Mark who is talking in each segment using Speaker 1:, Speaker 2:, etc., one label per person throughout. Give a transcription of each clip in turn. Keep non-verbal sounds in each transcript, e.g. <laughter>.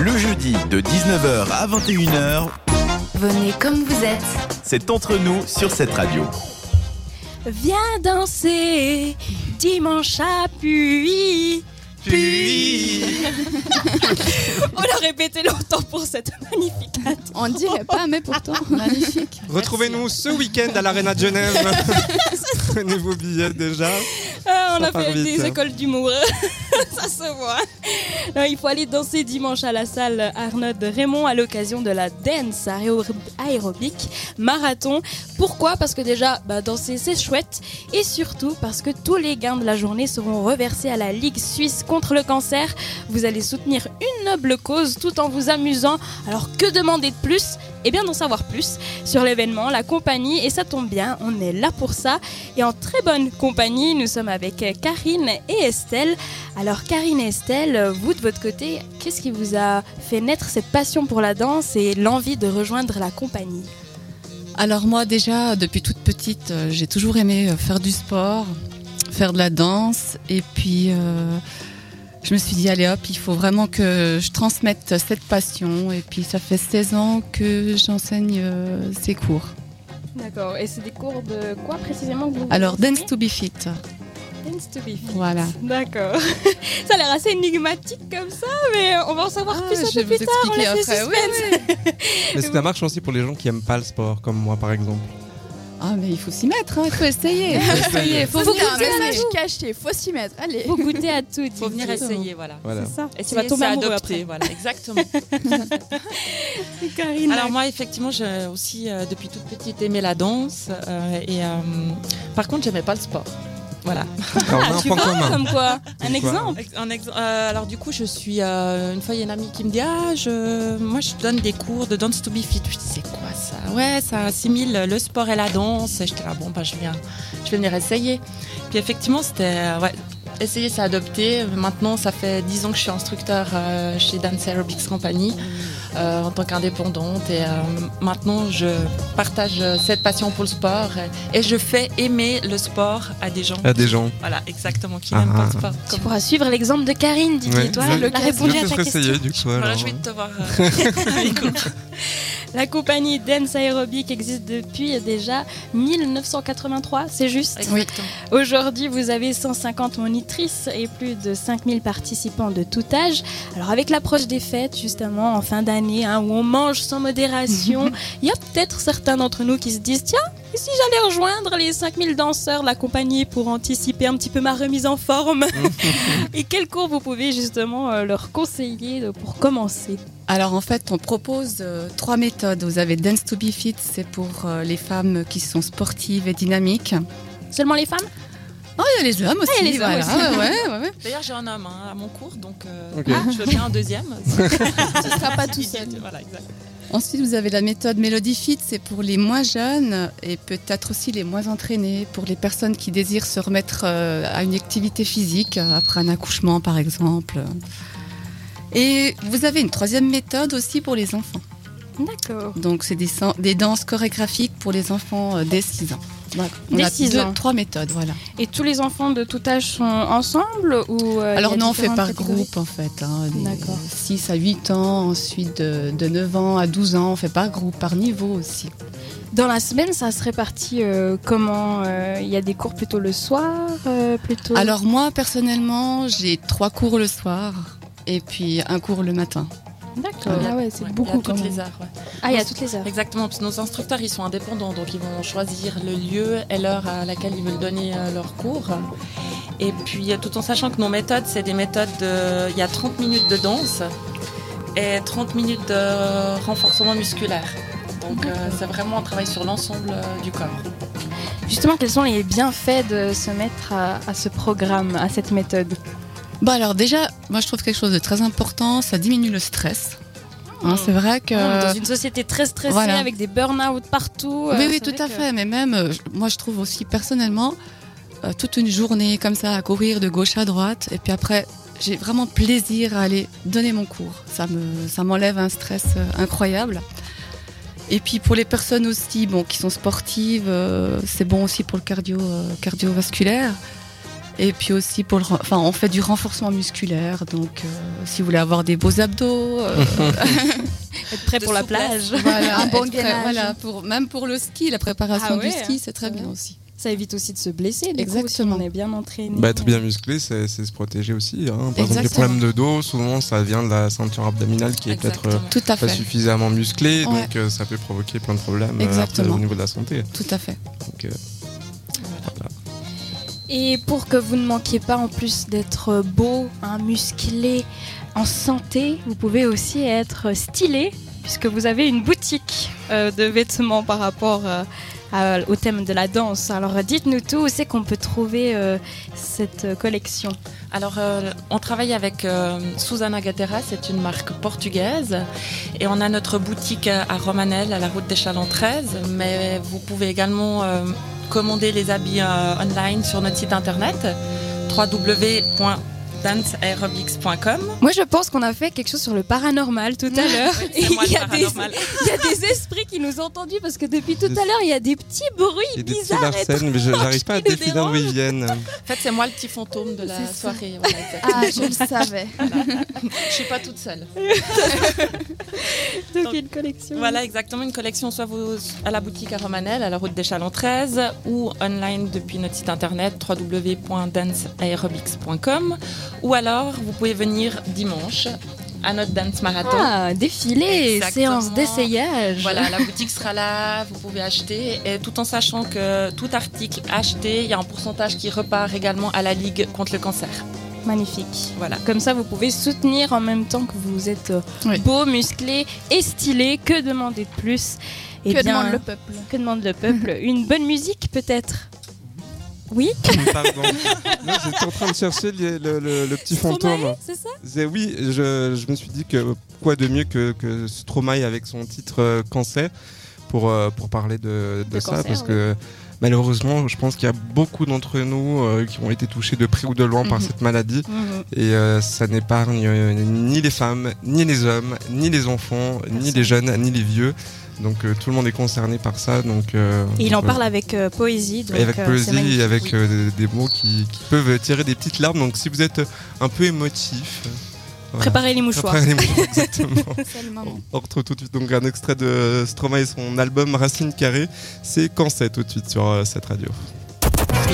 Speaker 1: Le jeudi de 19h à 21h,
Speaker 2: Venez comme vous êtes.
Speaker 1: c'est entre nous sur cette radio.
Speaker 3: Viens danser dimanche à Puy. <laughs> On l'a répété longtemps pour cette magnifique.
Speaker 2: On dirait pas, mais pourtant. Magnifique.
Speaker 4: Retrouvez-nous ce week-end à l'Arena de Genève. Prenez vos billets déjà.
Speaker 3: <laughs> Ah, on
Speaker 4: Ça
Speaker 3: a
Speaker 4: part
Speaker 3: fait
Speaker 4: vite,
Speaker 3: des
Speaker 4: hein.
Speaker 3: écoles d'humour. <laughs> Ça se voit. Non, il faut aller danser dimanche à la salle Arnaud de Raymond à l'occasion de la dance aéro- aérobic marathon. Pourquoi Parce que déjà, bah, danser c'est chouette. Et surtout parce que tous les gains de la journée seront reversés à la Ligue suisse contre le cancer. Vous allez soutenir une noble cause tout en vous amusant. Alors que demander de plus Eh bien d'en savoir plus sur l'événement, la compagnie. Et ça tombe bien, on est là pour ça. Et en très bonne compagnie, nous sommes avec Karine et Estelle. Alors Karine et Estelle, vous de votre côté, qu'est-ce qui vous a fait naître cette passion pour la danse et l'envie de rejoindre la compagnie
Speaker 5: Alors moi déjà, depuis toute petite, euh, j'ai toujours aimé euh, faire du sport, faire de la danse. Et puis, euh, je me suis dit, allez hop, il faut vraiment que je transmette cette passion. Et puis, ça fait 16 ans que j'enseigne euh, ces cours.
Speaker 3: D'accord, et c'est des cours de quoi précisément que vous
Speaker 5: Alors, Dance to Be Fit,
Speaker 3: Dance to be.
Speaker 5: voilà.
Speaker 3: D'accord. <laughs> Ça a l'air assez énigmatique comme ça, mais on va en savoir plus un
Speaker 5: Ah, je
Speaker 3: peu
Speaker 5: vais
Speaker 3: plus
Speaker 5: vous
Speaker 3: tard. On
Speaker 5: expliquer
Speaker 3: laisse le
Speaker 5: après. Oui,
Speaker 3: suspense.
Speaker 4: Mais ça marche aussi pour les gens qui aiment pas le sport, comme moi par exemple.
Speaker 5: Ah, mais il faut s'y mettre, hein, il faut essayer. Il faut essayer, il faut
Speaker 3: Faut
Speaker 5: venir,
Speaker 2: un
Speaker 3: goûter à
Speaker 2: message caché, faut s'y mettre. Allez.
Speaker 3: Faut goûter à tout.
Speaker 6: Faut venir
Speaker 3: Didier.
Speaker 6: essayer, voilà.
Speaker 4: Voilà.
Speaker 3: C'est ça.
Speaker 6: Et
Speaker 3: vas tomber amoureux après. <laughs>
Speaker 6: voilà, exactement.
Speaker 3: Karine.
Speaker 6: Alors moi, effectivement, j'ai aussi euh, depuis toute petite aimé la danse. euh, et euh, par contre, j'aimais pas le sport. Voilà.
Speaker 4: Ah, on a
Speaker 3: Ah,
Speaker 4: un
Speaker 3: tu
Speaker 4: point
Speaker 3: vois,
Speaker 4: commun.
Speaker 3: comme quoi Un
Speaker 4: quoi
Speaker 3: exemple
Speaker 6: Ex- en ex- euh, alors du coup, je suis euh, une fois il y a une amie qui me dit ah je moi je donne des cours de dance to be fit. Je dis c'est quoi ça Ouais, ça assimile le sport et la danse. Et J'étais là bon bah je viens je vais venir essayer. Puis effectivement c'était euh, ouais essayer c'est adopter. Maintenant ça fait 10 ans que je suis instructeur euh, chez Dance Aerobics Company euh, en tant qu'indépendante et euh, maintenant je partage euh, cette passion pour le sport et, et je fais aimer le sport à des gens.
Speaker 4: À des gens.
Speaker 6: Voilà exactement qui
Speaker 4: Ah.
Speaker 6: n'aiment pas le sport.
Speaker 3: Tu
Speaker 6: comme
Speaker 3: pourras suivre l'exemple de Karine, Didier.
Speaker 4: Ouais,
Speaker 3: Toi,
Speaker 4: je-
Speaker 3: elle a répondu à
Speaker 4: Je vais
Speaker 3: ta
Speaker 4: peut-être
Speaker 3: question.
Speaker 4: essayer du coup.
Speaker 6: Voilà,
Speaker 4: alors.
Speaker 6: je vais te voir.
Speaker 4: <laughs>
Speaker 6: euh, <laughs> écoute.
Speaker 3: La compagnie Dance Aerobic existe depuis déjà 1983, c'est juste.
Speaker 5: Oui.
Speaker 3: Aujourd'hui, vous avez 150 monitrices et plus de 5000 participants de tout âge. Alors avec l'approche des fêtes, justement, en fin d'année, hein, où on mange sans modération, il y a peut-être certains d'entre nous qui se disent, tiens, et si j'allais rejoindre les 5000 danseurs de la compagnie pour anticiper un petit peu ma remise en forme Et quel cours vous pouvez justement euh, leur conseiller euh, pour commencer
Speaker 5: Alors en fait, on propose euh, trois méthodes. Vous avez Dance to Be Fit, c'est pour euh, les femmes qui sont sportives et dynamiques.
Speaker 3: Seulement les femmes
Speaker 5: Oh, il y a les hommes aussi.
Speaker 3: il y a les hommes
Speaker 5: voilà. <laughs>
Speaker 3: aussi.
Speaker 5: Ouais, ouais, ouais.
Speaker 6: D'ailleurs, j'ai un homme hein, à mon cours, donc euh,
Speaker 4: Ok.
Speaker 6: je veux bien
Speaker 4: <laughs>
Speaker 6: un deuxième.
Speaker 2: Tu seras pas tout seul.
Speaker 6: Voilà, exact.
Speaker 5: Ensuite, vous avez la méthode Melody Fit, c'est pour les moins jeunes et peut-être aussi les moins entraînés, pour les personnes qui désirent se remettre euh, à une activité physique, euh, après un accouchement par exemple. Et vous avez une troisième méthode aussi pour les enfants.
Speaker 3: D'accord.
Speaker 5: Donc, c'est des, sen- des danses chorégraphiques pour les enfants euh, dès 6 ans. Voilà. On
Speaker 3: Dès
Speaker 5: a
Speaker 3: six
Speaker 5: deux-
Speaker 3: ans.
Speaker 5: trois méthodes, voilà.
Speaker 3: Et tous les enfants de tout âge sont ensemble ou euh,
Speaker 5: Alors
Speaker 3: il y a
Speaker 5: non, on fait
Speaker 3: différentes
Speaker 5: par
Speaker 3: catégories
Speaker 5: groupe en fait. Hein, des
Speaker 3: D'accord.
Speaker 5: 6 à 8 ans, ensuite de, de 9 ans à 12 ans, on fait par groupe, par niveau aussi.
Speaker 3: Dans la semaine, ça se répartit euh, comment euh, Il y a des cours plutôt le soir, euh, plutôt.
Speaker 5: Alors moi personnellement, j'ai trois cours le soir et puis un cours le matin.
Speaker 3: d'accord.
Speaker 6: Il y a-
Speaker 3: Ah ouais, c'est
Speaker 6: ouais,
Speaker 3: beaucoup
Speaker 6: il y a
Speaker 3: quand
Speaker 6: toutes
Speaker 3: même.
Speaker 6: les heures. ouais.
Speaker 3: Ah, il y a toutes les heures.
Speaker 6: Exactement, parce que nos instructeurs, ils sont indépendants, donc ils vont choisir le lieu et l'heure à laquelle ils veulent donner euh, leur cours. Et puis, euh, tout en sachant que nos méthodes, c'est des méthodes de... Il y a 30 minutes de danse et 30 minutes de renforcement musculaire. Donc, euh, c'est vraiment un travail sur l'ensemble euh, du corps.
Speaker 3: Justement, quels sont les bienfaits de se mettre à, à ce programme, à cette méthode
Speaker 5: Bah alors déjà, moi je trouve quelque chose de très important, ça diminue le stress. Hein, c'est vrai que
Speaker 3: Ah, Dans une société très stressée,
Speaker 5: voilà.
Speaker 3: avec des burn-out partout.
Speaker 5: oui,
Speaker 3: euh,
Speaker 5: oui,
Speaker 3: c'est
Speaker 5: tout
Speaker 3: vrai
Speaker 5: à
Speaker 3: que-
Speaker 5: fait. Mais même, euh, je- moi, je trouve aussi personnellement, euh, toute une journée comme ça à courir de gauche à droite, et puis après, j'ai vraiment plaisir à aller donner mon cours. Ça me, ça m'enlève un stress euh, incroyable. Et puis pour les personnes aussi, bon, qui sont sportives, euh, c'est bon aussi pour le cardio, euh, cardiovasculaire. Et puis aussi, pour le, ren- enfin, on fait du renforcement musculaire. Donc, euh, si vous voulez avoir des beaux
Speaker 3: <laughs>
Speaker 5: abdos, euh,
Speaker 3: Être prêt
Speaker 6: De
Speaker 3: pour la
Speaker 6: souplesse.
Speaker 3: plage.
Speaker 5: voilà,
Speaker 2: Un bon
Speaker 5: être prêt,
Speaker 2: gainage.
Speaker 5: voilà, pour, même pour le ski, la préparation
Speaker 3: Ah
Speaker 5: du
Speaker 3: ouais,
Speaker 5: ski, c'est très
Speaker 3: c'est
Speaker 5: bien
Speaker 3: vrai.
Speaker 5: aussi.
Speaker 3: Ça évite aussi de se blesser. Du Coup, si
Speaker 5: Exactement.
Speaker 3: on est bien entraîné.
Speaker 4: Bah, être bien musclé, c'est c'est se protéger aussi. hein. Par exemple, les
Speaker 5: Exactement.
Speaker 4: problèmes de dos, souvent, ça vient de la ceinture abdominale qui est peut-être euh,
Speaker 6: Exactement.
Speaker 5: Tout à
Speaker 4: pas
Speaker 5: fait,
Speaker 4: suffisamment musclée,
Speaker 5: Ouais.
Speaker 4: donc euh, ça peut provoquer plein de problèmes euh, après,
Speaker 5: Exactement.
Speaker 4: au niveau de la santé.
Speaker 5: tout à fait.
Speaker 4: Donc, euh, voilà.
Speaker 3: Et pour que vous ne manquiez pas, en plus d'être beau, hein, musclé, en santé, vous pouvez aussi être stylé, puisque vous avez une boutique euh, de vêtements par rapport euh, à- au thème de la danse. Alors dites-nous tout, où c'est qu'on peut trouver euh, cette euh, collection
Speaker 6: Alors, euh, on travaille avec euh, Susana Gatera, c'est une marque portugaise. Et on a notre boutique à à Romanel, à la route des Chalons 13. Mais vous pouvez également euh, commander les habits euh, online sur notre site internet www.danceaerobics.com.
Speaker 3: Moi je pense qu'on a fait quelque chose sur le paranormal tout <laughs> à l'heure.
Speaker 6: C'est moi
Speaker 3: <laughs> Il y
Speaker 6: le
Speaker 3: a des-
Speaker 6: paranormal.
Speaker 3: il y a des esprits qui nous ont entendus, parce que depuis tout à l'heure, il y a des petits
Speaker 4: Il y
Speaker 3: bruits
Speaker 4: a des petits
Speaker 3: bizarres. et
Speaker 4: larcènes, mais je- j'arrive pas à
Speaker 6: qui nous
Speaker 4: définir d'où ils viennent.
Speaker 6: En fait, c'est moi le petit fantôme de la
Speaker 2: C'est ça.
Speaker 6: soirée. on va dire.
Speaker 2: Ah, je le
Speaker 3: <laughs>
Speaker 2: savais.
Speaker 6: Je suis pas toute seule.
Speaker 3: tout. Donc, une collection.
Speaker 6: Voilà, exactement, une collection soit vous, à la boutique à Romanel, à la route des Chalons 13, ou online depuis notre site internet www.danceaerobics.com, ou alors vous pouvez venir dimanche à notre dance marathon.
Speaker 3: Ah, défilé,
Speaker 6: Exactement.
Speaker 3: séance d'essayage.
Speaker 6: Voilà, la boutique sera là, vous pouvez acheter, et tout en sachant que tout article acheté, il y a un pourcentage qui repart également à la Ligue contre le cancer.
Speaker 3: Magnifique.
Speaker 6: Voilà.
Speaker 3: Comme ça, vous pouvez soutenir en même temps que vous êtes euh,
Speaker 5: Oui.
Speaker 3: beau, musclé et stylé. Que demander de plus Eh
Speaker 2: que
Speaker 3: bien,
Speaker 2: demande le peuple
Speaker 3: que demande le peuple Une bonne musique, peut-être Oui
Speaker 4: Pardon. Non, j'étais en train de chercher le, le- le- le petit fantôme.
Speaker 3: Stromae, c'est ça
Speaker 4: C'est- Oui, je, je me suis dit que quoi de mieux que, que Stromae avec son titre euh, Cancer pour, euh, pour parler de, de
Speaker 3: Le
Speaker 4: ça,
Speaker 3: cancer,
Speaker 4: parce
Speaker 3: oui.
Speaker 4: que malheureusement, je pense qu'il y a beaucoup d'entre nous euh, qui ont été touchés de près ou de loin par
Speaker 5: Mhm.
Speaker 4: cette maladie, et euh, ça n'épargne euh, ni les femmes, ni les hommes, ni les enfants, ni les jeunes, ni les vieux. Donc euh, tout le monde est concerné par ça. Donc, euh,
Speaker 3: Et il en
Speaker 4: voilà.
Speaker 3: parle avec euh, poésie. Donc,
Speaker 4: Et avec
Speaker 3: euh, c'est
Speaker 4: poésie
Speaker 3: magnifique.
Speaker 4: et avec euh, des, des mots qui, qui peuvent tirer des petites larmes. Donc si vous êtes un peu émotif, euh, voilà.
Speaker 3: Préparez les mouchoirs. <laughs>
Speaker 4: Préparez les mouchoirs, exactement.
Speaker 2: C'est le moment.
Speaker 4: On retrouve tout de suite donc un extrait de Stromae et son album Racine Carrée. C'est quand c'est tout de suite sur euh, cette radio.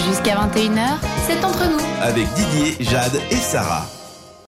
Speaker 2: Jusqu'à 21h, c'est entre nous.
Speaker 1: Avec Didier, Jade et Sarah.